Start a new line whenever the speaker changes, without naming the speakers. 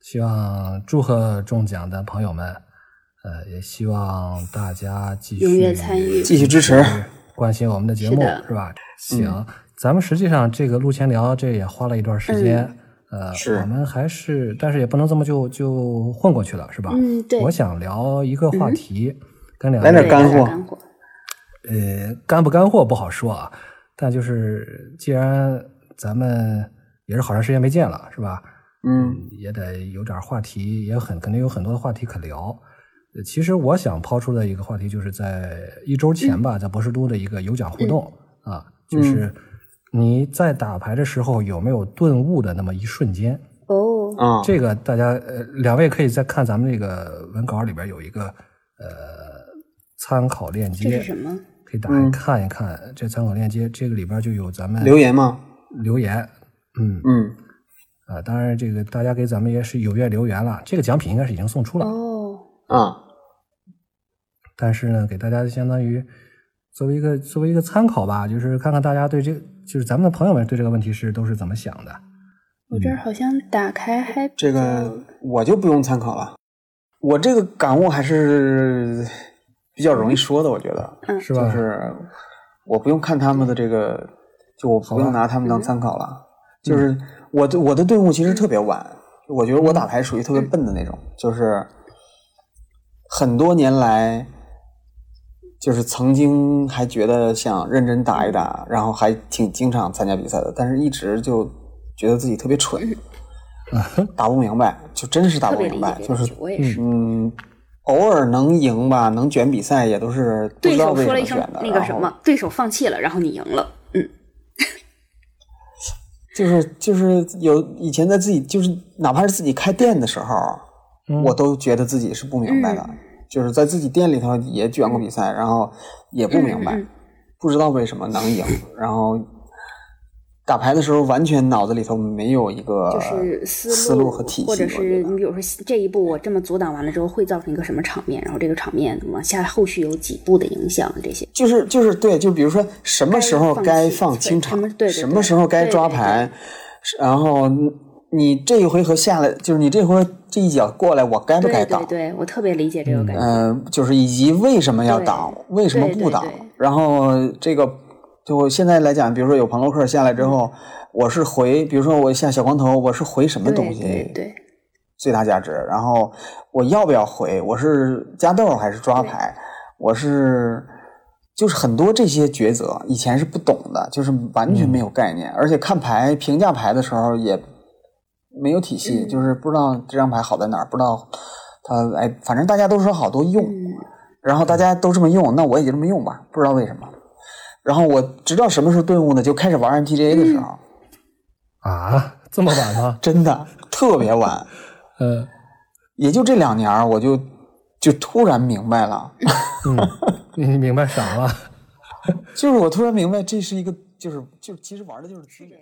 希望祝贺中奖的朋友们，呃，也希望大家继续
踊跃参与嗯
继续支持，
关心我们的节目
是的
是吧？行，咱们实际上这个录前聊这也花了一段时间，
嗯
呃，
是
我们还是，但是也不能这么就就混过去了是吧？
嗯，对，
啊
嗯
我想聊一个话题，跟两
来
位
点干货
对干货，
呃，干不干货不好说啊，但就是既然咱们也是好长时间没见了，是吧？
嗯，
也得有点话题，也很肯定有很多话题可聊。呃其实我想抛出的一个话题，就是在一周前
嗯
吧，在博士都的一个有奖互动、啊，就是你在打牌的时候有没有顿悟的那么一瞬间？
哦，
啊，
这个大家呃，两位可以再看咱们这个文稿里边有一个呃参考链接，
这是什么？嗯
可以打开看一看、这参考链接，这个里边就有咱们
留言嘛，
留言，嗯
嗯，
啊，当然这个大家给咱们也是踊跃留言了，这个奖品应该是已经送出了，
哦，
啊，
但是呢，给大家相当于作为一个作为一个参考吧，就是看看大家对这就是咱们的朋友们对这个问题是都是怎么想的。
我这儿好像打开还
这个我就不用参考了，我这个感悟还是比较容易说的，我觉得，
嗯
是吧
就是我不用看他们的这个，就我不
好吧嗯
用拿他们当参考了，就是我的我的队伍其实特别晚，我觉得我打牌属于特别笨的那种，就是很多年来。就是曾经还觉得想认真打一打，然后还挺经常参加比赛的，但是一直就觉得自己特别蠢，打不明白，就真是打
特
不
别理
明
解
白，
这
就
个
是
事我也是。
嗯，偶尔能赢吧，能卷比赛也都是不
对
知道
手
为
说
什
了一声
么卷的，啊哦
那个
然
什
后
么，对手放弃了，然后你赢了，嗯，
就是就是有以前在自己就是哪怕是自己开店的时候，
嗯
我都觉得自己是不明白的，
嗯
就是在自己店里头也卷过比赛，然后也不明白，
嗯嗯嗯
不知道为什么能赢，然后打牌的时候完全脑子里头没有一个
就是思
呃思
路
和体系，
或者
我觉
是
得
你比如说这一步我这么阻挡完了之后会造成一个什么场面，然后这个场面往下后续有几步的影响啊这些。
就是就是对，就比如说什么时候该
该
放
放
清
弃
场
什么，对对
什么时候该抓牌，然后你这一回合下来，就是你这回这一脚过来，我该不
对
该
对
挡？
对，我特别理解这个感觉。
嗯，就是以及为什么要挡，为什么不挡
对对对？
然后这个就现在来讲，比如说有朋洛克下来之
嗯
后，我是回，比如说我下小光头，我是回什么
对
东
对
西
对，
最大价值？然后我要不要回？我是加豆还是抓牌？我是就是很多这些抉择，以前是不懂的，就是完全
嗯
没有概念，而且看牌评价牌的时候也没有体
嗯
系，就是不知道这张牌好在哪儿，不知道它哎，反正大家都说好都
嗯
用，然后大家都这么用，那我也就这么用吧，不知道为什么。然后我直到什么时候顿悟呢？就开始玩 MTGA 的时候，
啊，这么晚 吗？
真的特别晚。
呃，
也就这两年儿，我就就突然明白了，
嗯，你明白啥了？
就是我突然明白这是一个，就是就其实玩的就是资源。